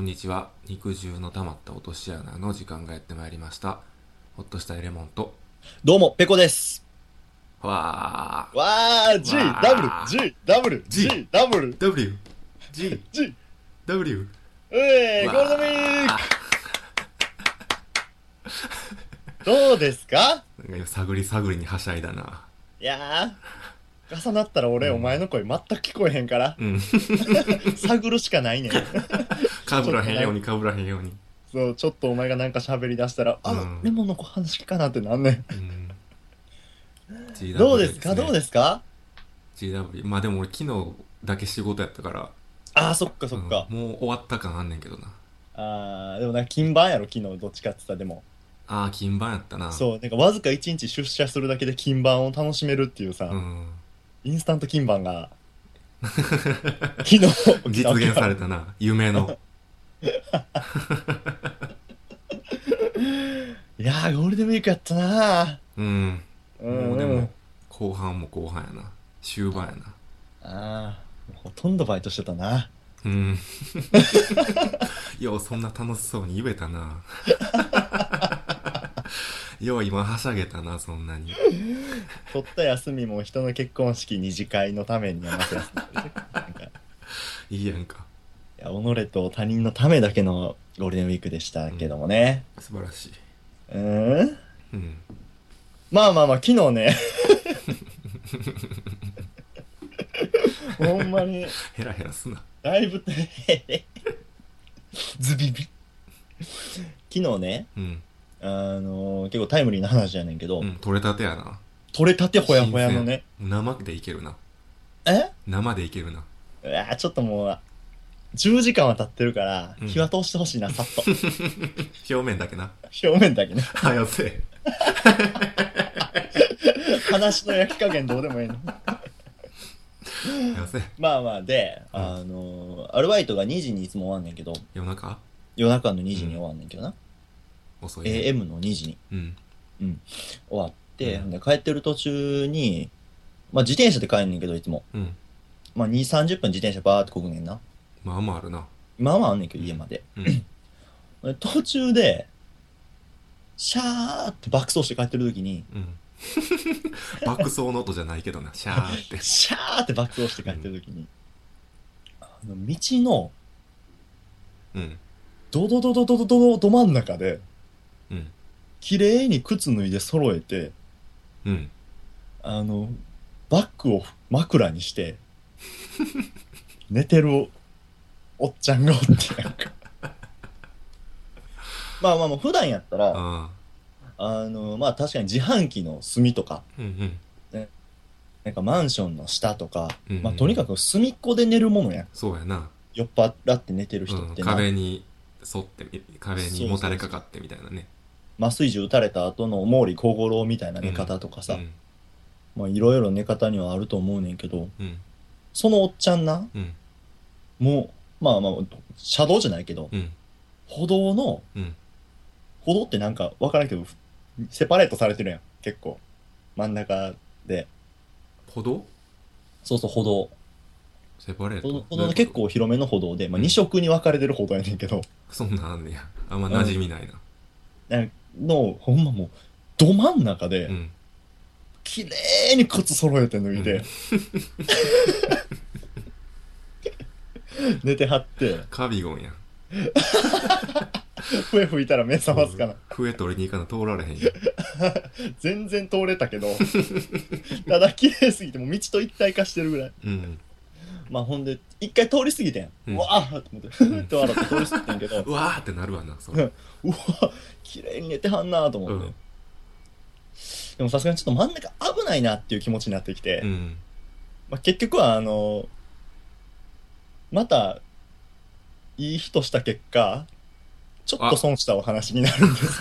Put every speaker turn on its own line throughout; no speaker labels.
んにちは肉汁の溜まった落とし穴の時間がやってまいりましたほっとしたエレモンと
どうも、ペコです。
わー
わー、G、
わ
ダブル
ー、
G、ダブル、
G
G、ダブル、
w g
G。
w
うえー、
わー
ゴールデンウィークどうですか
なんか今探り探りにはしゃいだない
やー、重なったら俺、
うん
お前の声全く聞こえへんから、
うん
探るしかないね ん。
かぶらへんようにかぶらへんように
そう、ちょっとお前がなんか喋り出したら、あ、
うん
レモンの子話かなってなんね
うん GW
ん。どうですかどうですすか
GW まあでも俺昨日だけ仕事やったから
あー、そっかそっか。
うんもう終わった感あんねんけどな
あー、でもなんか金番やろ、昨日、どっちかって言ったらでも。
ああ金番やったな
そう、なんかわずか1日出社するだけで金番を楽しめるっていうさ、
うん
インスタント金番が、昨日実
実現されたな夢 の
いやー、ゴールデンウィークやったな
うん
ー。うん、
もうで
う
も
ん
後半も後半やな終盤やな
あー、ほとんどバイトしてたな。
うん ようそんな楽しそうに言えたな よう今はしゃげたなそんなに
取った休みも人の結婚式二次会のためにやらせやすなんかい
いいやんか
や、己と他人のためだけのゴールデンウィークでしたけどもね。
素晴らしい
うん、ん
うん
まあまあまあ、昨日ね。ほんまに、
ヘラヘラすな
だいぶ、 ズビビ。昨日ね、
うん、
あのー結構タイムリーな話やねんけど、
うん、取れたてやな
取れたてほやほやのね。
生でいけるな
え
生でいけるな
うわーちょっともう、10時間は経ってるから、
うん
火は通してほしいな、さっと。
表 面だけな
表面だけね。
早せ
話の焼き加減どうでもいいの。
早せ
まあまあ、で、
うん
あのーアルバイトが2時にいつも終わんねんけど、
夜中
夜中の2時に終わんねんけどな。
遅いね
AM の2時に
うん
終わって、
うん
で帰ってる途中に、まあ自転車で帰んねんけど、いつも。
うん
まあ2、30分自転車バーってこぐねんな。
まあまああるな
まあまああんねんけど、家まで。
うん
で途中で、シャーって爆走して帰ってる時に、
うん、 爆走の音じゃないけどなシャーって
シャーって爆走して帰ってる時に、あの道の
うん
ドドドドドドドド真ん中で、
うん
綺麗に靴脱いで揃えて、
うん
あの、バッグを枕にして、寝てるおっちゃんがおってなんか。まあまあもう普段やったら、
あ
あの、まあ確かに自販機の隅とか、
あうんうん
なんかマンションの下とか、
うんうん
まあとにかく隅っこで寝るものやん。
そうやな、
酔っ払って寝て
う
る人っ
ん、
てな、
壁に沿ってみ壁
そうそうそ
に
う
もたれかかってみたいなね
麻酔銃撃たれた後の毛利小五郎みたいな寝方とかさ、
うん
まあいろいろ寝方にはあると思うねんけど、
うん
そのおっちゃんな、
うん
もう、まあまあ、車道じゃないけど、
うん
歩道の、
うん
歩道ってなんかわからんけど、セパレートされてるやん、結構。真ん中で。
歩道
そうそう、歩道。
セパレー
歩道
ト
歩道の結構広めの歩道で、まあ2色に分かれてる歩道やねんけど、
そんなんあんねやあんま馴染みないな
なんかの、ほんまもう、ど真ん中
う
で、
ん
綺麗に靴揃えて脱いで、 寝てはって、
カビゴンやん
笛吹いたら目覚ますかな。
笛取りに行かな通られへんやん
全然通れたけどただ綺麗すぎてもう道と一体化してるぐらい
うん
まあほんで一回通り過ぎてん、
うん
うわあって思ってふーって笑って通り過ぎてんけど
うわーってなるわなそれ
うわ綺麗に寝てはんなと思って、
うん
でもさすがにちょっと真ん中危ないなっていう気持ちになってきて、
うん
まあ、結局はあのまたいい人した結果ちょっと損したお話にな るんです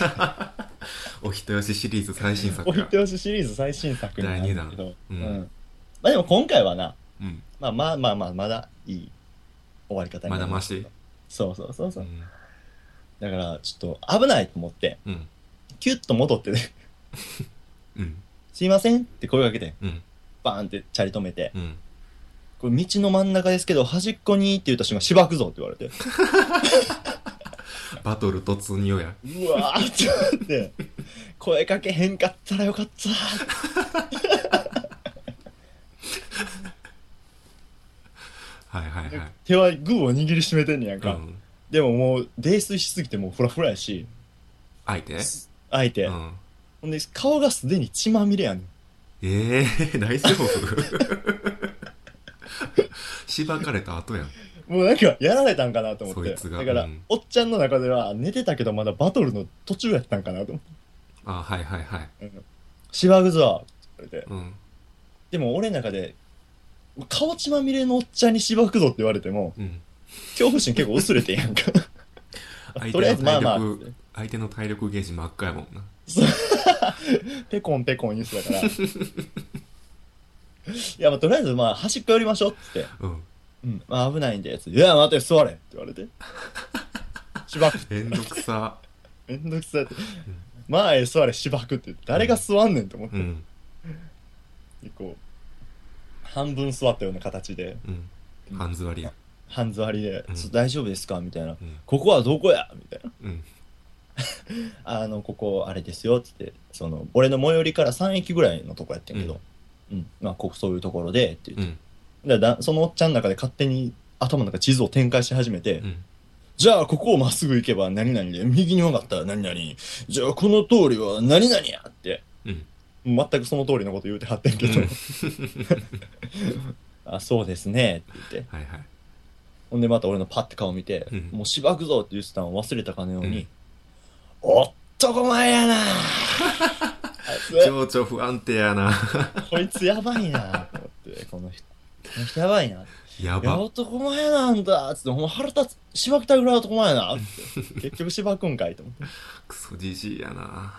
お人よしシリーズ最新作
お
や
人よしシリーズ最新作になるんだけど、
第二弾うん
まあでも今回はな
うん
まあまあまあまあ、まだいい終わり方に
まだ
なり
マ
ました
シ
そうそうそう
う
そう。
ん
だから、ちょっと危ないと思って、
うん
キュッと戻ってね、
うん
すいませんって声かけて、
うん
バーンってチャリ止めて、
うん
これ道の真ん中ですけど、端っこにって言った瞬間、しばくぞって言われて。
バトル突入や。
うわーってなって、声かけへんかったらよかった。
はいはいはい。
手はグーを握りしめてんねやん
う
か。
ん。
でももう、泥酔しすぎてもうフラフラやし、
相手
相手。
うん。
ほんで、顔がすでに血まみれやねん。
ええー、 大丈夫しばかれた後やん。
もうなんか、やられたんかなと思っ
そ
て。
いつが
だから、
うん
おっちゃんの中では、寝てたけどまだバトルの途中やったんかなと思って。
あ、はいはいはい。
しばくぞって言わ
う
れて。
ん。
でも俺の中で、顔血まみれのおっちゃんにしばくぞって言われても、
うん。
恐怖心結構薄れてんやんか。
相
とりあえ
手
ず
の体
まあまあ
力、相手の体力ゲージ真っ赤やもんな。
ペコンペコン言ってたから。 いや、まあ、とりあえず、まあ、端っこ寄りましょうってって。
うん。
うん、まあ、危ないんで、つっていや、待て、座れって言われて。しばく。
めんどくさ。
めんどくさいって。まあ、ええ座れ、しばくって。誰が座んねんと思って。
うん。
結構、半分座ったような形で、
うん。半座りや。
半座りで、
うん
そう大丈夫ですかみたいな。
うん。
ここはどこやみたいな。
うん。
あの、ここ、あれですよ、つって。その、俺の最寄りから3駅ぐらいのとこやってんけど。うん、まあ、ここそういうところで、って言って
うん。
だだそのおっちゃんの中で勝手に頭の中地図を展開し始めて、
うん。
じゃあここをまっすぐ行けば何々で、右に曲がったら何々、じゃあこの通りは何々やって、
うん。
全くその通りのこと言うてはってんけど、
うん
あ、そうですねって言って、
はいはい。
ほんでまた俺のパッて顔見て、
うん
もうしばくぞって言ってたのを忘れたかのよう
う
に
ん、
おっとこ 前やなあいつ
情緒不安定やな。
こいつやばいなと思って、この人、この人やばいな
や
いや、
ば。
男前なんだっつって、ほんま腹立つ、しばくたいぐらい男前やなって。 結局しばくんかいと思って。
クソじじいやな。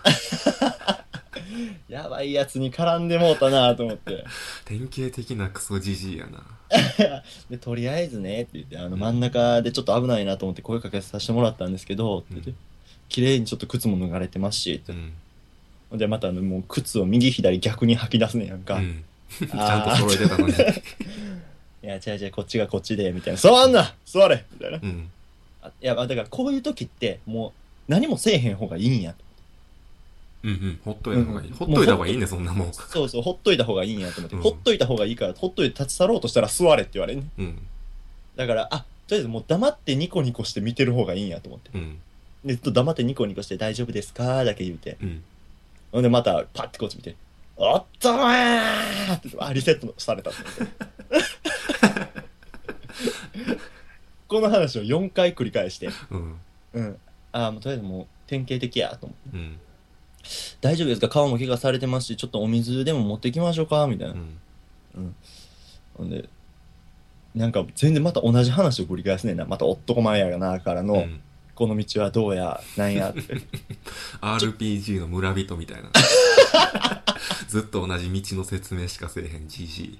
やばいやつに絡んでもうたなと思って。
典型的なクソじじいやな。
で、とりあえずね、って言って、あの
うん
真ん中でちょっと危ないなと思って声かけさせてもらったんですけど、って言って
うん
綺麗にちょっと靴も脱がれてますし、って
う。ん。
ほんで、またあの、もう靴を右左逆に吐き出すねやんか。
う
い
ん。 ちゃんと揃えてたのに。
や、違う違う、こっちがこっちで、みたいな。触んな座れみたいな。
うん。
あいや、だからこういう時って、もう何もせえへん方がいいんや。
うんうん。ほっといた方がいい。
うん
ほっといた方がいいね、そんなもん。
そうそう、ほっといた方がいいんやと思って、
うん
ほっといた方がいいから、ほっといて立ち去ろうとしたら座れって言われる、ね、
うん。
だから、あ、とりあえずもう黙ってニコニコして見てる方がいいんやと思って。
うん。
で、ずっと黙ってニコニコして大丈夫ですかだけ言うて。
うん。
ほんで、またパッてこっち見て、おっとーってあ、リセットされたと思って。この話を4回繰り返して、
うん。
うん。あ、もうとりあえずもう典型的やと思って。
うん。
大丈夫ですか顔も怪我されてますし、ちょっとお水でも持ってきましょうかみたいな
う。ん。
ほんで、なんか全然また同じ話を繰り返すねんな。また男前やなからの、
うん。
この道はどうや、なんや って。
RPG の村人みたい な。ずっと同じ道の説明しかせえへん GG。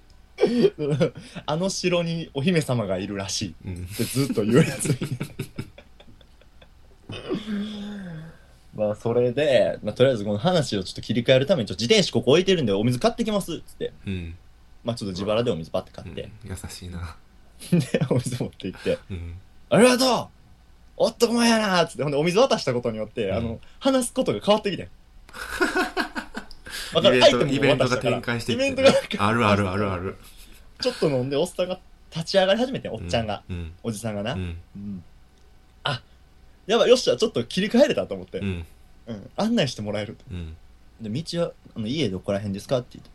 あの城にお姫様がいるらしい
うん。
ってずっと言うやつ。 まあそれで、まあ、とりあえずこの話をちょっと切り替えるために、ちょっと自転車ここ置いてるんでお水買ってきますっつって。
うん。
まあちょっと自腹でお水パッて買
う
っ
ん
て、
優しいな。
で、お水持って行って、
うん。
ありがとうおっとこまやなーっつって、ほんでお水渡したことによって、
うん
あの、話すことが変わっ てきてん。わ
イ
か
ベ
る
ン
アイテム
ト、イベントが展開して
イ
い
ベン
っ
ト
て
が
ね、あるあるあるある。
ちょっと飲んで、おっさんが立ち上がり始めてん、おっちゃんが、
うん。
おじさんがな。
う
うん。
ん。
あ、やばい、よっしゃ、ちょっと切り替えれたと思って、
う
うん。
ん。
案内してもらえると。
うん。
で、道は、あの家どこら辺ですかって言って。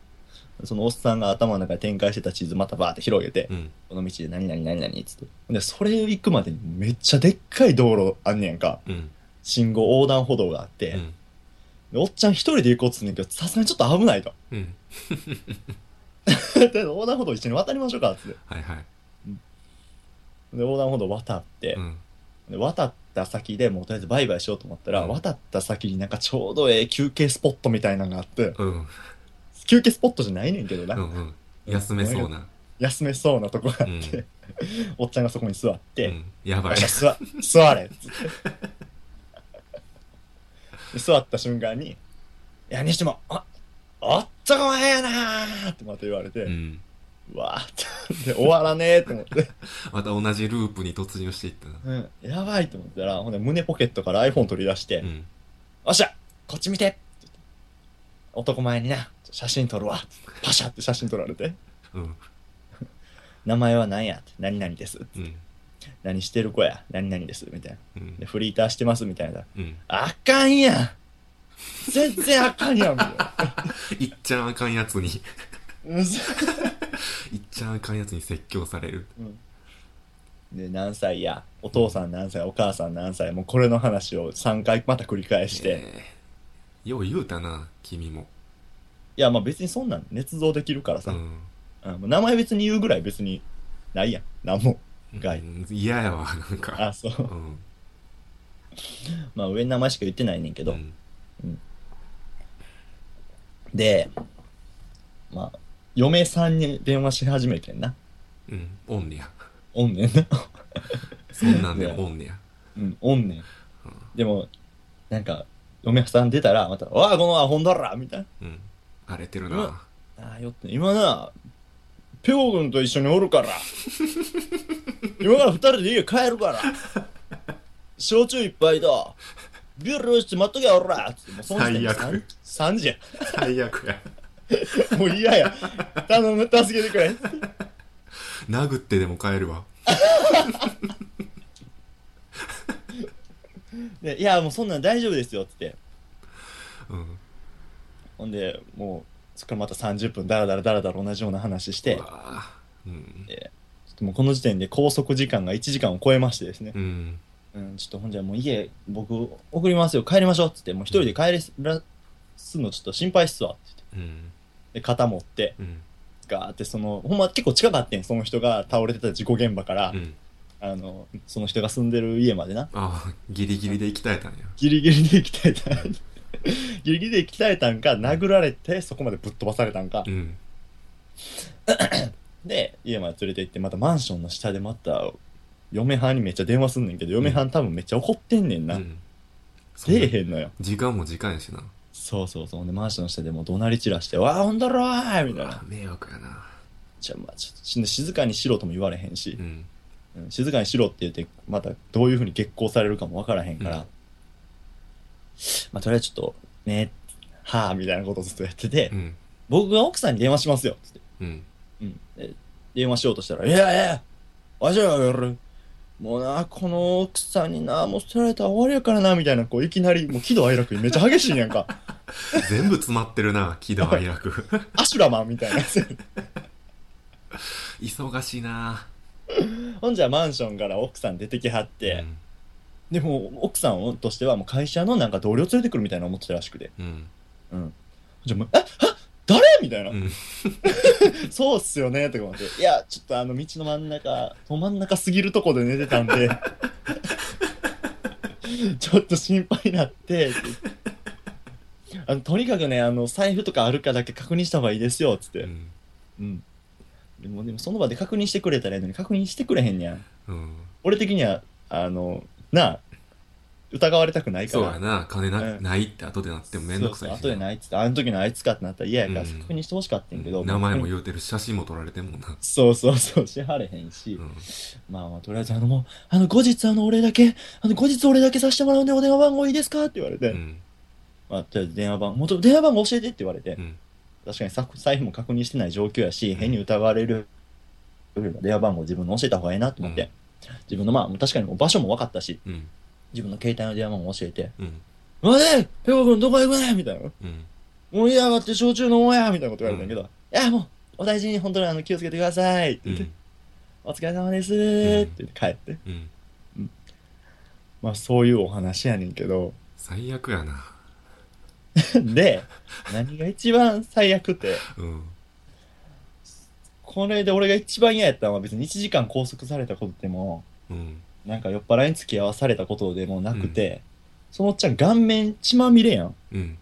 そのおっさんが頭の中で展開してた地図またバーって広げて、
うん。
この道で何々何々っつって。で、それ行くまでにめっちゃでっかい道路あんねやんか。
うん。
信号横断歩道があって、
うん。
でおっちゃん一人で行こうっつってんねんけど、さすがにちょっと危な いと。
うん。
とりあえず横断歩道一緒に渡りましょうかっつって。
はいはい。
で、横断歩道渡って、
うん。
で渡った先でもうとりあえずバイバイしようと思ったら、
うん
渡った先になんかちょうどええ休憩スポットみたいなのがあって、
うん。
休憩スポットじゃないねんけどな、
うん。うん。休めそうな。
休めそうなとこがあ
うん
って、 おっちゃんがそこに座っ
う
て、
ん。やばい
よ。し座座れっつってで座った瞬間に、いや、にしても、あおっとごめんやなーってまた言われて、
うん。
うわーって、で終わらねえと思って、
また同じループに突入していったな。
うん、やばいと思ったら、ほんで胸ポケットから iPhone 取り出して、
う
よ
ん。
っしゃこっち見てって言って男前にな、写真撮るわ。パシャって写真撮られて、
うん。
名前は何やって、何々です。
うん。
何してる子や、何々です。みたいな。
うん
で、。フリーターしてますみたいな。
うん。
あかんやん全然あかんやんみたいな
いっちゃんあかんやつに、
むず
いっちゃんあかんやつに説教される。
うんで何歳やお父さん何歳お母さん何歳もうこれの話を3回また繰り返して、
えーよう言うたな、君も。
いやまあ別にそんなん捏造できるから
う
さ、
ん。
うんもう名前別に言うぐらい別にないやん何も害
うん嫌やわ、なんか。。
あそううん まあ上の名前しか言ってないねんけど、
うん
でまあ嫁さんに電話し始めてんな
うん。おんねや。
おんねんな
そんなんで
いや
おんねや。
うんおんねんでもなんか嫁さん出たらまた「わあこのアホんだら!」みたいな
うん。荒れてる
う
な
わ。ああよって今なペオ君と一緒にお るから今から二人で家帰るから焼酎いっぱいだビール用意して待っとけよおらっつってもうその時点で
最悪
3時や
最悪や。
もう嫌や頼む助けてくれ
殴ってでも帰るわ。
でいやもうそんなん大丈夫ですよっつって
うん。
ほんでもうそっからまた30分ダラダラダラダラ同じような話して
うわあうん。
ちょっともうこの時点で拘束時間が1時間を超えましてですね
うん。
うん、ちょっとほんじゃもう家僕送りますよ帰りましょうっつってもう一人で帰らすのちょっと心配っすわって言って
うん。
で肩持って
うん。
ガーってそのほんま結構近かってんその人が倒れてた事故現場から、
うん。
あのその人が住んでる家までな
ああ、ギリギリで行きたいたんや。
ギリギリで鍛えた ギリギリで鍛えたんか殴られてそこまでぶっ飛ばされたんか
うん。
で家まで連れて行ってまたマンションの下でまた嫁はんにめっちゃ電話すんねんけど嫁はん多分めっちゃ怒ってんねん
う
な、
ん。そんな
出えへんのよ
時間も時間やしな。
そうそうそう。ほんで、マンションの下でもう怒鳴り散らして、わあ、ほんだろーいみたいな。
迷惑やな。
じゃあ、まあ、ちょっとし静かにしろとも言われへんし
う、ん。
うん静かにしろって言って、またどういうふうに激高されるかもわからへんから、
うん
まあ、とりあえずちょっと、ね、はあ、みたいなことをずっとやってて、
うん。
僕が奥さんに電話しますよ、つって。
うん。
うん。で電話しようとしたら、いやいや、わしゃやる。もうな、この奥さんにな、もう捨てられたら終わりやからな、みたいな、こう、いきなり、もう喜怒哀楽にめっちゃ激しいんやんか。
全部詰まってるな、 喜怒哀楽。
アシュラマンみたいなやつ。
忙しいな。
ほんじゃマンションから奥さん出てきはって、でも奥さんとしてはもう会社のなんか同僚連れてくるみたいな思ってたらしくて、
うん。うん。
じゃあもう、えあ誰みたいな、
うん
そうっすよねとか思って、いや、ちょっとあの道の真ん中、ど真ん中すぎるとこで寝てたん で、ちょっと心配になって、あのとにかくね、あの財布とかあるかだけ確認した方がいいですよっつっ
う
て、
ん。
うん、でもでもその場で確認してくれたらいいのに、確認してくれへんねやん。
うん。
俺的にはあのなあ疑われたくないか
そう
ら
やな、金な,、
うん
ないって後でなってもめんどくさいしな
そうそう後でないっつってあの時のあいつかってなったら嫌やから、
うん
確認してほしかったんやけど、
うん名前も
う
言うてるし写真も撮られてんもんな。
そうそうそうしはれへんし、
うん。
まあまあとりあえずあのもうあの後日あのお礼だけあの後日お礼だけさせてもらうんでお電話番号いいですかって言われて、
うん。
まあとりあえず電話番もっと電話番号教えてって言われて、
うん。
確かにさ財布も確認してない状況やし、
うん
変に疑われるよりは電話番号自分の教えた方がいいなと思って、自分のまあ確かにもう場所も分かったし
うん。
自分の携帯の電話番号教えて、
うん。
待てペコ君どこ行くねんみたいな。
うん。
もういやがって焼酎飲もうやみたいなこと言われたんやけど、いやもう、お大事に本当にあの気をつけてくださいっ
う
て言って、
ん。
お疲れ様ですーって言って帰って。
うん。
まあそういうお話やねんけど、
最悪やな。
で、何が一番最悪って、
うん。
これで俺が一番嫌やったのは別に1時間拘束されたことでも、
うん。
なんか酔っ払いに付き合わされたことでもなくて、そのおっちゃん顔面血まみれやん。
うん。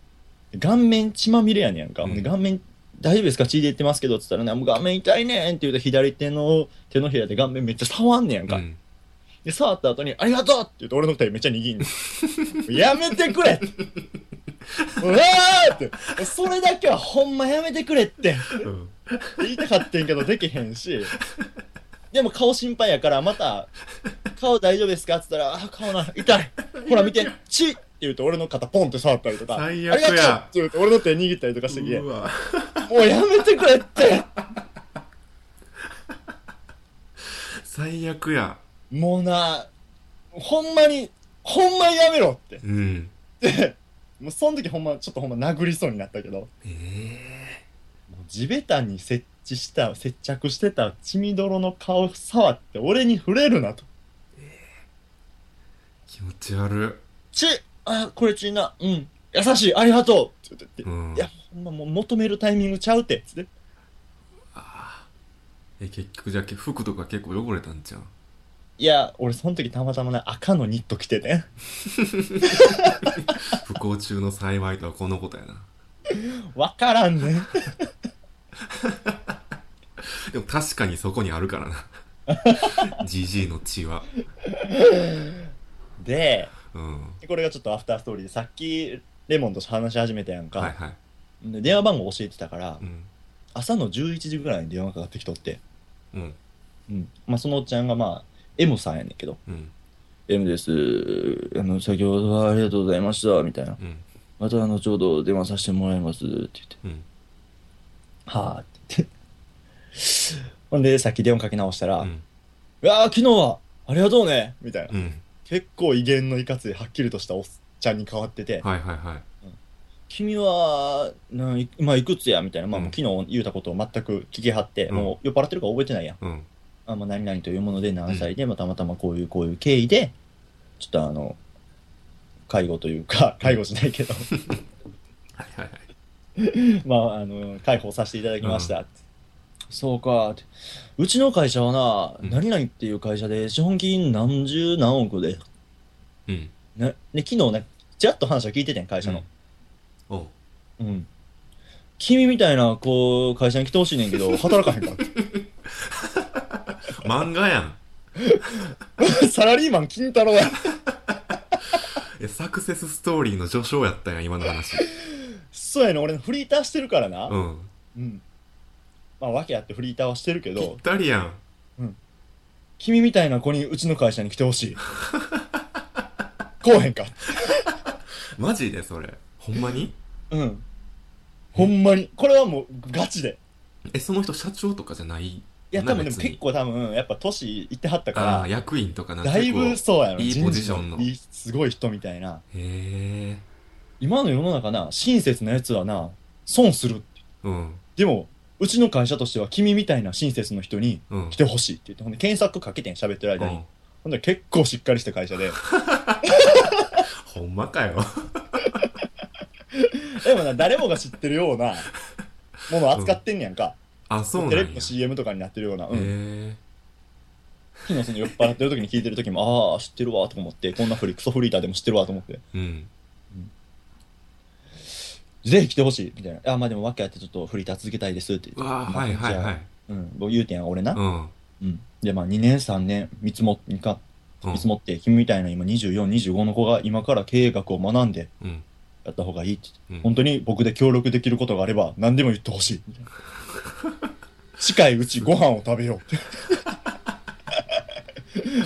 顔面血まみれやねんか。
うん
ほんで顔面、大丈夫ですか血出てますけど、つったらね、もう顔面痛いねんって言うと左手の手のひらで顔面めっちゃ触んねやん
う
か。
ん。
で、触った後に、ありがとうって言うと俺の手めっちゃ握んねん。やめてくれうわーって、それだけはほんまやめてくれって
うん
言いたかってんけどできへんし、でも顔心配やから、また、顔大丈夫ですかって言ったら、あ、顔な、痛い。ほら見て、チッって言うと俺の肩ポンって触ったりとか、
最悪や
ありがとうって言うと俺の手握ったりとかしてきて、
うわ
もうやめてくれって。
最悪や
もうな、ほんまに、ほんまやめろって。
うん
もうその時ほんま、ちょっとほんま殴りそうになったけど、
え
もう地べたに設置した、接着してた血みどろの顔触って俺に触れるなと。
ー、気持ち悪
血あ、これ血な、うん、優しい、ありがとうって言って、
うん
いや、ほんまもう求めるタイミングちゃうて、つって。
え結局じゃあ服とか結構汚れたんちゃう
いや、俺その時たまたまね、赤のニット着てね。
不幸中の幸いとはこのことやな
わからんね。
でも確かにそこにあるからな ジジイの血は
で、
うんは
これがちょっとアフターストーリーで、さっき、レモンと話し始めたやん
い
か。
はい、
で電話番号教えてたから、
うん
朝の11時ぐらいに電話かかってきとって、
うん
うんまあ、そのおっちゃんがまあ M さんやねんけど
うん
「M ですあの先ほどはありがとうございました」みたいな
うん
「またあのちょうど電話させてもらいます」って言って
うん
「はあ」って言って ほんでさっき電話かけ直したら
う
「うんわー昨日はありがとうね」みたいな、
うん
結構威厳のいかついはっきりとしたおっちゃんに変わってて
はいはいはい
君はなん、まあ、いくつやみたいな、まあ、もう昨日言うたことを全く聞き張って、
うん
もう酔っ払ってるから覚えてないやん。
うん
あまあ、何々というもので何歳で、まあ、たまたまこういうこういう経緯で、ちょっとあの、介護というか、介護じゃないけど、
はいはいはい
まあ、あの、介抱させていただきました。そうかって。うちの会社は
うん
な、何々っていう会社で資本金何十何億で、
うん
ね、で昨日ね、ちらっと話を聞いててん、会社の。
おう
うん。君みたいな、こう、会社に来てほしいねんけ ど、働かへんか
漫画やん
ら。 サラリーマン金太郎や。
えサクセスストーリーの序章やったやん今の話
そうやねん、俺フリーターしてるからな。
うん
うん。まあ、訳あってフリーターはしてるけ
ぴ
ど
っ、たりやん
君みたいな子にうちの会社に来て ほしい。こうへんか。
マジでそれほんまに
うん。ほんまに。これはもうガチで。
えその人社長とかじゃない
いや、
な
多分でも
別に
結構多分、やっぱ年いってはった
ああ
か
役員とかな
ら、
んか
だいぶ
結
そうやろ。
いいポジションの
人事いいすごい人みたいな。
構へえ
今の世の中な、親切なやつはな、損する。
うん
でも、うちの会社としては君みたいな親切の人に
うん
来てほしいって言って、ほんで検索かけてん、喋ってる
う
間に。
ん
ほんで結構しっかりした 会社で。
ほんまかよ
でもな、誰もが知ってるようなものを扱ってんねやんか。
あそうなん
テ
や
レビの CM とかになってるような、うん
へえ
昨日その酔っ払ってる時に聞いてる時も、ああ、知ってるわと思って、こんなフリクソフリーターでも知ってるわと思って、
うん
ぜひ来てほしいみたいな。あーまあでも訳あってちょっとフリーター続けたいですって言って。
わあはいはいはい
うん、僕言うてんやん、俺な。
う
うん。
ん
で、まあ2年3年見積も見か
うん
見積もって、君みたいな今24、25の子が今から経営学を学んで
うん
やった方がいいって言って。
うん
本当に僕で協力できることがあれば何でも言ってほしいみたいな。近いうちご飯を食べよう。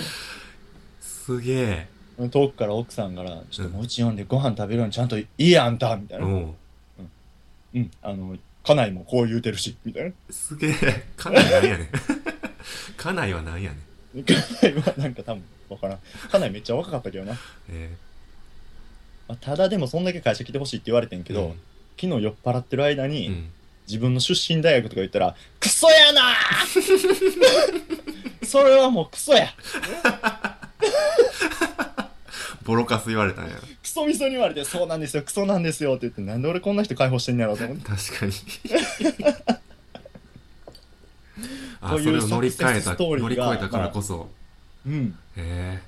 すげえ
遠くから奥さんから、ちょっともう一呼んでご飯食べるのにちゃんといいやんたみたいな。
う
うん、
ん
あの、家内もこう言うてるし、みたいな。
すげえ 家内なんやねん 家内はなんやねん
家内はなんか多分わからん。家内めっちゃ若かったけどな。
え
まあ、ただでもそんだけ会社来てほしいって言われてん
え
けど、昨日酔っ払ってる間に、
うん
自分の出身大学とか言ったら、クソやなー それはもうクソや
ボロカス言われたんや
クソみそに言われて、そうなんですよ、クソなんですよって言って、なんで俺こんな人解放してんねやろうと思って。
確 かにあそ
こ
う
いう
れを乗り換え
サ
た
クセスストーリ
乗り
ー
越
が
えたからこそ
うん。
へえ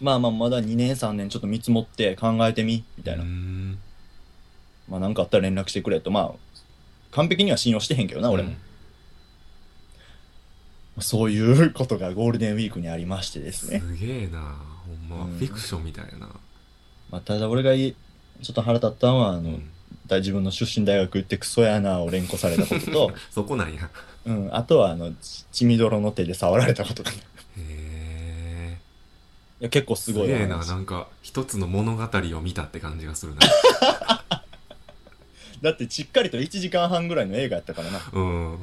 まあまあ、まだ2年3年ちょっと見積もって考えてみ、みたいうな。
ーん
まあなんかあったら連絡してくれと、まあ、完璧には信用してへんけどな、俺も。
うん
そういうことがゴールデンウィークにありましてですね。
すげえなほんま
うん
フィクションみたいやな
まあただ俺がいちょっと腹立ったんは、あ
う
の、
ん
だ自分の出身大学行ってクソやなを連呼されたこと と、
そこなんや。
うん、あとは、あの、ち血みどろの手で触られたことかな。い
へえ。
や結構すごい
げえな、
話
なんか、一つの物語を見たって感じが するな。
だって、しっかりと1時間半ぐらいの映画やったからな。
うん。う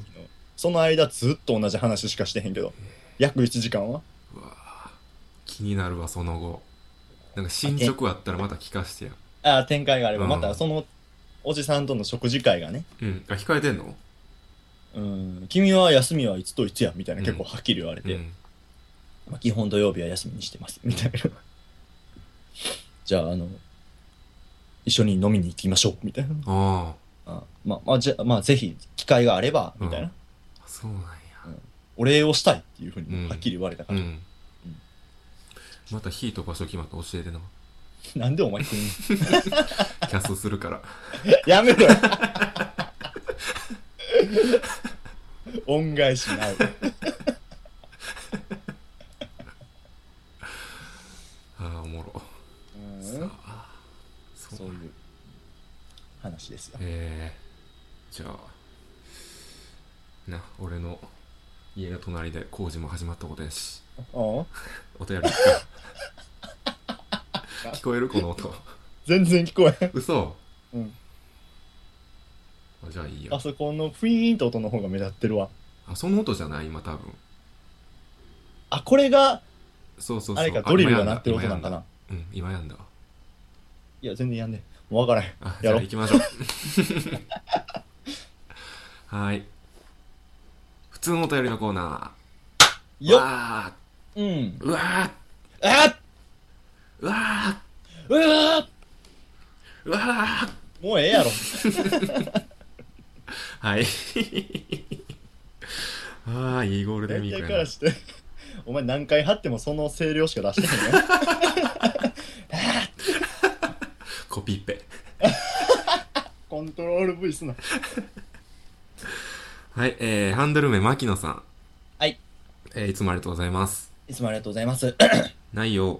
その間、ずっと同じ話しかしてへんけど、約1時間は
わあ気になるわ、その後。なんか進捗あったらまた聞かしてや。
ああ、展開があれば、
うん
またその、おじさんとの食事会がね、
うん。あ、控えてんの
うん、君は休みはいつといつや、みたいな結構はっきり言われ
う
て、
ん。
まあ、基本土曜日は休みにしてます、みたいな。 じゃあ、あの、一緒に飲みに行きましょう、みたいな。
あ
あまあ、まあ、じゃまあ、ぜひ、機会があれば、みたいな、
うんあ。そうなんや。
お礼をしたいっていうふう
う
に
ん
はっきり言われたか
う
ら。
ん。また日と場所決まったら教えてな。
なんでお前君、
キャスするから。
やめろよ恩返しない。
ああ、おもろ。
うん
さあ。そう
そういう話ですよ。
えー、じゃあな俺の家の隣で工事も始まったことやし
ああ
お便り聞こ う聞こえるこの音
全然聞こえん。
嘘
うん
あじゃあいいや
あそこのフィーンと音の方が目立ってるわ。
あその音じゃない今多分
あ、これが、
そうそうそう
あれか、ドリルが
今
鳴
やんだ
ってる音なんかな。
今やんだうん今やんだわ
いや、全然やんねえ。もう分からへん。
あじ
や
ゃ
ろ
あ行きましょうはい普通のお便りのコーナー
よっ
わ
うん。
ーうわー
あっ
うわー
うわ
うわー
ーもうええやろ。
はい。 ああ、いいゴールデンウ
大
ィー
体
ク
か
やな
ら。して、 お前何回張ってもその声量しか出してへん よ。
コピペ。
コントロール V すな。
はい、えー、ハンドル名、牧野さん。
はい。
えー、いつもありがとうございます。
いつもありがとうござ います。
内容、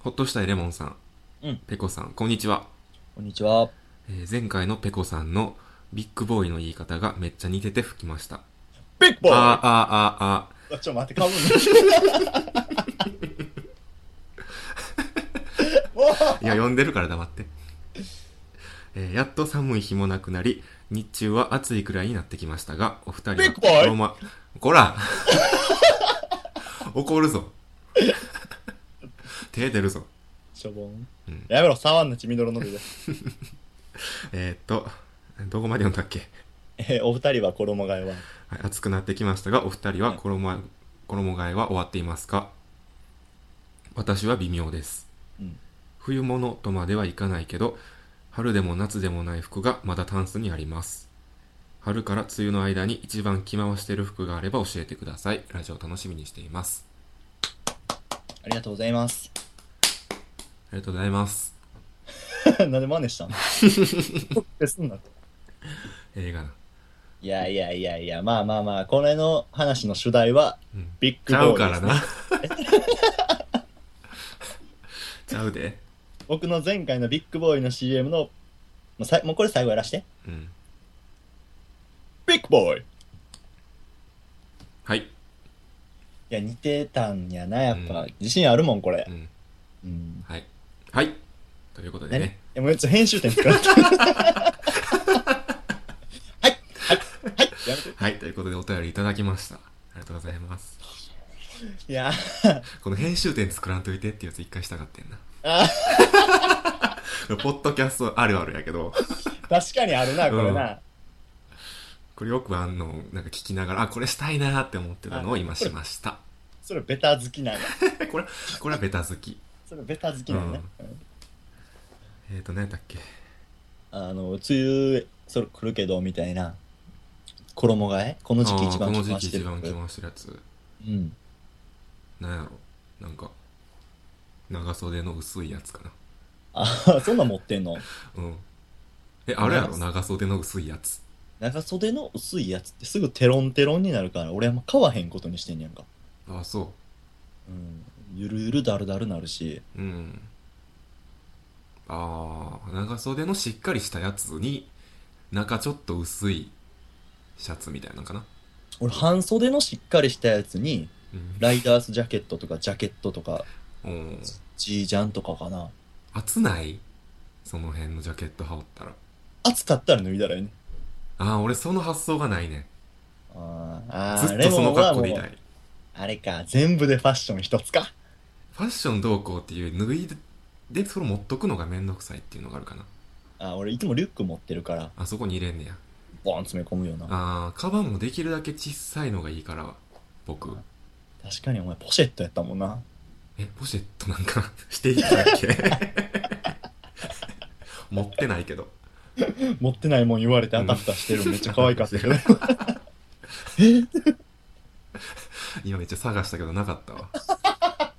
ほっとしたいレモンさん。
うん
ペコさん、こんにちは。
こんにちは。
えー、前回のペコさんのビッグボーイの言い方がめっちゃ似てて吹きました。
ビッ
あー
グボーイ
あーあーあ
あちょ、待って、 かぶんな。もう
ー。いや、呼んでるから黙って。 えー、やっと寒い日もなくなり、日中は暑いくらいになってきましたが、お二人
ビッグボーイ
は、ま、こら 怒る ぞ。手出るぞ。
しょぼん
うん。
やめろ、触んな、血みどろの手で。
えーっと、どこまで読んだっけ、
えーお二人は衣替えは
はい、暑くなってきましたが、お二人は衣衣替えは終わっていますか私は微妙です。
うん
冬物とまではいかないけど、春でも夏でもない服がまだタンスにあります。春から梅雨の間に一番着回してる服があれば教えてください。ラジオ楽しみにしています。
ありがとうございます。
ありがとうございます。
なんで真似した のすんなと
映画な。
いやいやいやいや、まあまあまあ、これの話の主題は
うん。
ビッ
ち
グ
ゃ
ボ
う
ーイ
か
で
ら
す、ね。
な。 ちゃうで。
僕の前回のビッグボーイの CM の、もうさいもうこれ最後やらして。
うん。
ビッグボーイい
はい。
や、似てたんやな、やっぱ。
うん
自信あるもん、これ
う。ん。
うん。
はい。はい。ということで
何い
ね。
や、もうちょっと編集点 作られた。はい、はい、はい、やめて。
はい。ということでお便りいただきました。ありがとうございます。
いや、
この編集点作らんといてってやつ一回したかってんな。
あ
これ ポッドキャストあるあるやけど、
確かにあるな、これな。
これよくあんの、なんか聞きながら、あ、これしたいなーって思ってたのを今しました。
それベタ好きなんや。
これ、これはベタ好き。
それベタ好きなんやね。
えーと、何やったっけ
あの、梅雨、それ来るけど、みたいな。衣替えこの時期一
あーこ
番
の
気
時
ま
期
して
一
る。
番気ましてるやつ。
うん。
なんやろなんか、長袖の薄いやつかな。
あ、そんなん持ってんの
うん。え、あれやろ
長
長袖の薄いやつ。
長袖の薄いやつってすぐテロンテロンになるから、俺はもう買わへんことにしてんねやんか。
ああ、そ
うん。ゆるゆるだるだるなるし、
う。うん。ああ長袖のしっかりしたやつに中ちょっと薄いシャツみたいなのかな、
俺、半袖のしっかりしたやつに、
うん
ライダースジャケットとか、ジャケットとか、
うん、
ジージャンとかかな。
暑ないその辺のジャケット羽織ったら
暑かったら脱いだらいいね。
ああ俺その発想がないね
あーあ
ず
ー、
っとその格好で
レ
い
モンは
た
もう
い
あれか、全部でファッション一つか。
ファッションどうこうっていう脱いででそれ持っとくのがめんどくさいっていうのがあるかな
あー俺いつもリュック持ってるから、
あそこに入れんねや
ボーン詰め込むよな。
ああカバンもできるだけ小さいのがいいから僕
確かにお前ポシェットやったもんな。
えポシェットなんかしていたっけ 持ってないけど
持ってないもん言われてあたふたしてるのめっちゃ可愛かった けど。
今めっちゃ探したけどなかったわ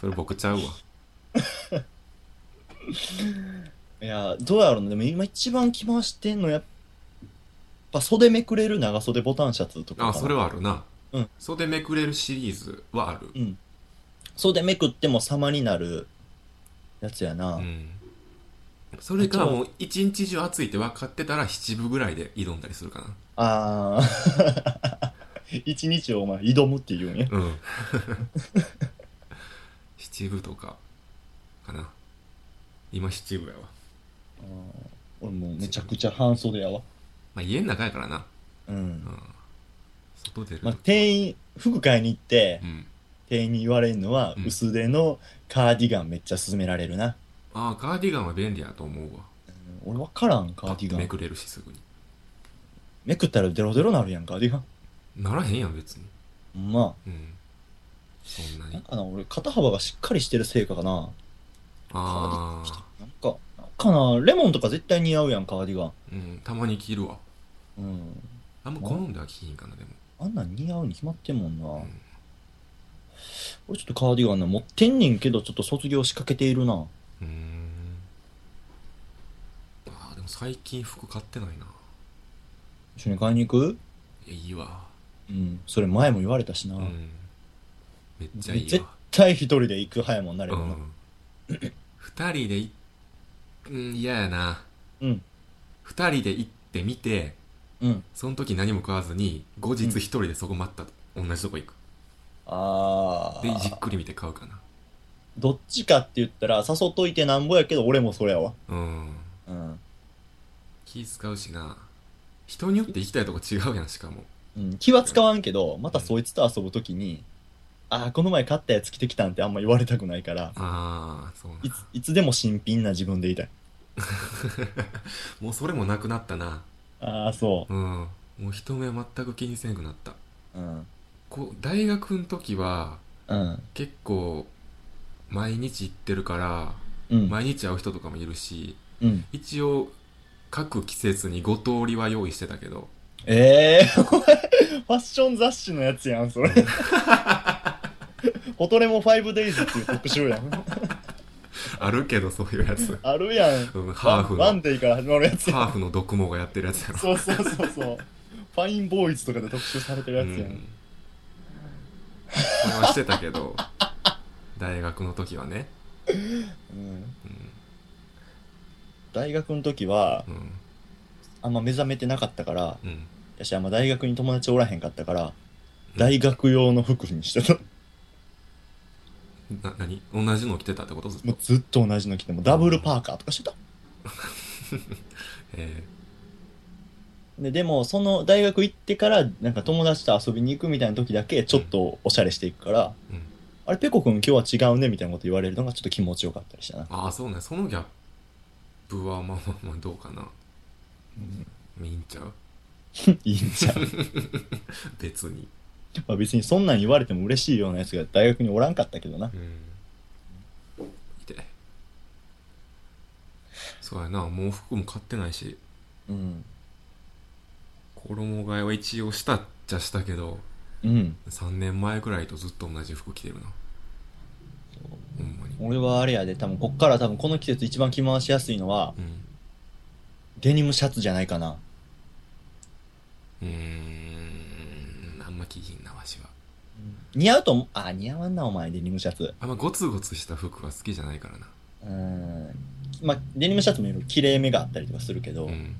それ僕ちゃうわ
いや、どうやろうね。でも今一番着回してんのやっぱ袖めくれる長袖ボタンシャツとかかな
あそれはあるな、
うん
袖めくれるシリーズはある
うん。袖めくっても様になるやつやな。
うんそれかもう一日中暑いって分かってたら七分ぐらいで挑んだりするか
ああ。 一日をお前挑むって言うんや。
なうん 七分とかかな今七分やわ
うん俺もうめちゃくちゃ半袖やわ。
まあ家の中やからな、
う。
うんん、外出る、
まあ、店員、服買いに行って
う、ん、
店員に言われるのは
う、ん
薄手のカーディガンめっちゃ勧められるな。
ああカーディガンは便利やと思うわ
うん俺わからん、カ
パ
ー
ッ
ディ
と
ガ
め
ン。
くれるしすぐに
めくったらデロデロなるやん、カーディガン。
ならへんやん別に
ほんまあ。
うんそんな
なん
に
かな、俺、肩幅がしっかりしてるせいかかな。
ああ
なんか、なんかな、レモンとか絶対似合うやん、カーディガン。
うんたまに着るわ
うん。
あんま好んでは着ひんかなでも
あんなん似合うに決まってんもんな。
ん
俺ちょっとカーディガンな、持ってんねんけど、ちょっと卒業しかけているな。
うーんあーでも最近服買ってないな
一緒に買いに行く
いやいいわ
うん。それ前も言われたしな。
うんめっちゃいい
絶
わ
対一人で行く早いもんなれ
う
ばな。
ん二人でいうん嫌やな
うん。
二人で行ってみて
うん。
その時何も食わずに後日一人でそこまた同じとこ行く
あ
でじ
ー
っ。くり見て買うかな
どっちかって言ったら、誘っといてなんぼやけど、俺もそれやわ。
うん
うん。
気使うしな人によって行きたいとこ違うやんしかも
うん、気は使わんけど、またそいつと遊ぶときに、ああ、この前買ったやつ着てきたんってあんま言われたくないから、
ああそうない
ついつでも新品な自分でいたい。
もうそれもなくなったな
ああ、そ
うんもう人目全く気にせんくなった
う。うん。
こう大学の時は
うん。
結構毎日行ってるから
うん。
毎日会う人とかもいるし
うん。
一応各季節に5通りは用意してたけど
ええー、お前ファッション雑誌のやつやん、 それ。ホトレモ 5days っていう特集やん。
あるけどそういうやつ、
あるやん。
うん、ハーフの
ワンワンデイから始まるやつやん
ハーフの毒毛がやってるやつやろ
そうそうそうそう。ファインボーイズとかで特集されてるやつやん。
うんそれはしてたけど 大学の時はね
うん大学の時は、
うんうん
あんま目覚めてなかったから、
うん
やし、あんま大学に友達おらへんかったから、大学用の服にしてた。
な何同じの着てたってことずっと
もうずっと同じの着て、もうダブルパーカーとかしてた。
え
で、でも、その大学行ってから、なんか友達と遊びに行くみたいな時だけ、ちょっとおしゃれしていくから、
ーうん、
あれ、ペコくん今日は違うねみたいなこと言われるのがちょっと気持ちよかったりしたな。
ああそうねそのギャップはまあまあまあどうかな見んちゃう
いいんちゃう。
別に
まあ別にそんなん言われても嬉しいようなやつが大学におらんかったけどな。
うん痛いそうやなもう服も買ってないし
うん。
衣替えは一応したっちゃしたけど
うん。
3年前くらいとずっと同じ服着てるなほんまに
俺はあれやで、多分こっから多分この季節一番着回しやすいのは、
うん
デニムシャツじゃないかな。
うーんあんま着ひんなわしは
似合うと思、あ、似合わんなお前デニムシャツ。
あんまゴツゴツした服は好きじゃないからな
うーん。まあ、デニムシャツもいろいろ綺麗めがあったりとかするけど、
うん。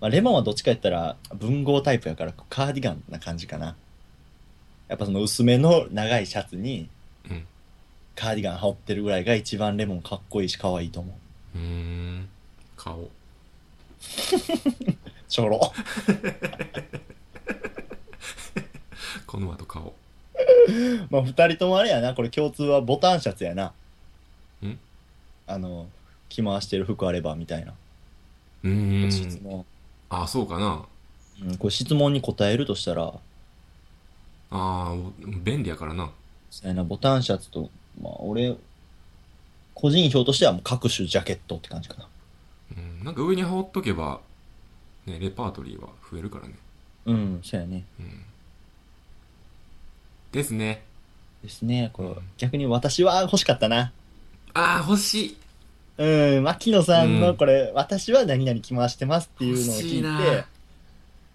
まあ、レモンはどっちかやったら文豪タイプやからカーディガンな感じかな。やっぱその薄めの長いシャツに
うん
カーディガン羽織ってるぐらいが一番レモンかっこいいし可愛いと思う。
うーん。顔。
ちょろ。
この後顔。
まあ二人ともあれやな、これ共通はボタンシャツやな。
ん
あの、着回してる服あればみたいな。
うー
質
ん。
問、
あ、そうかな。
うん。これ質問に答えるとしたら、
ああ、便利やからな。
そうやな、ボタンシャツと、まあ俺、個人票としてはもう各種ジャケットって感じかな。
うん。なんか上に羽織っとけば、ね、レパートリーは増えるからね。
うん、そうやね。
うん。ですね。
ですね。これ
うん
逆に私は欲しかったな。
ああ、欲しい。
うん、牧野さん
う
の
ん
これ、私は何々着回してますってい
欲
うのを
し
聞
い
い
な。
て、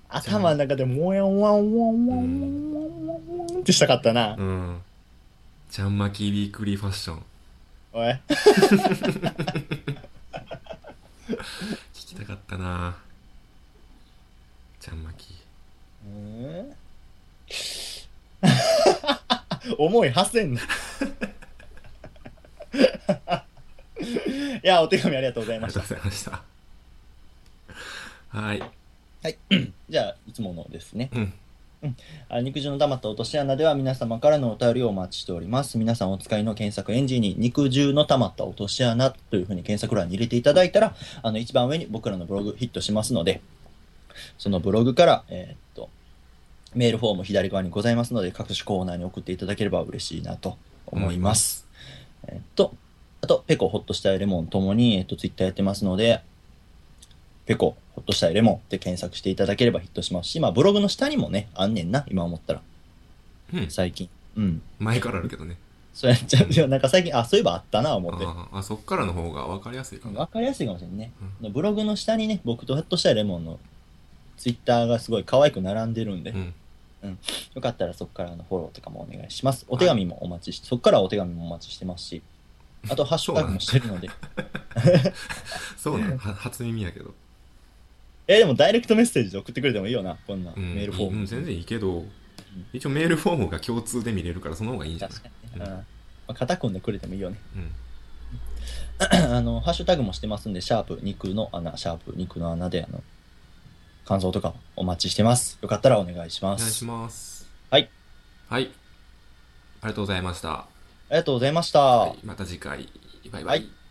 頭の中でもやんわんわんわんわんわんわんわんってしたかったな。
うん。ちゃんまきびっくりファッション。
おい。
聞きたかったな。ちゃんまき。
うーん思いはせ んな。いや、お手紙ありがとうござい
あり
ま
が
し
とう
た。
ございました。はい。
じゃあ、いつものですね。
うん。
あ肉汁の溜まった落とし穴では皆様からのお便りをお待ちしております。皆さんお使いの検索エンジンに肉汁の溜まった落とし穴というふうに検索欄に入れていただいたら、あの一番上に僕らのブログヒットしますので、そのブログから、えーっと、メールフォーム左側にございますので、各種コーナーに送っていただければ嬉しいなと思います。えーっと、あと、ペコホッとしたいレモンともに、えーっと、ツイッターやってますので、ペコ、ほっとしたいレモンって検索していただければヒットしますし、まあブログの下にもね、あんねんな、今思ったら、
うん。
最近。うん。
前からあるけどね。
そうやっちゃう。いやなんか最近、あ、そういえばあったな、思って。
あーあ、そっからの方が分かりやすいかな。
わかりやすいかもしれんね。ブログの下にね、僕とほっとしたいレモンのツイッターがすごい可愛く並んでるんで、
うん。
よかったらそこからのフォローとかもお願いします。お手紙もお待ちし、そこからお手紙もお待ちしてますし、あとハッシュタグもしてるので。
そうなの。は初耳やけど。
え、でもダイレクトメッセージで送ってくれてもいいよな、こんな
うん。
メールフォーム。
うん、全然いいけど、一応メールフォームが共通で見れるから、その方がいいんじゃない
確かにね。うんまあ、肩組んでくれてもいいよね。
うん。
あの、ハッシュタグもしてますんで、シャープ肉の穴、シャープ肉の穴で、あの、感想とかお待ちしてます。よかったらお願いし
お
ま
願い
す。
します。
はい。
はい。ありがとうございました。
ありがとうございました。
はいまた次回。バイバ
は
イ
い。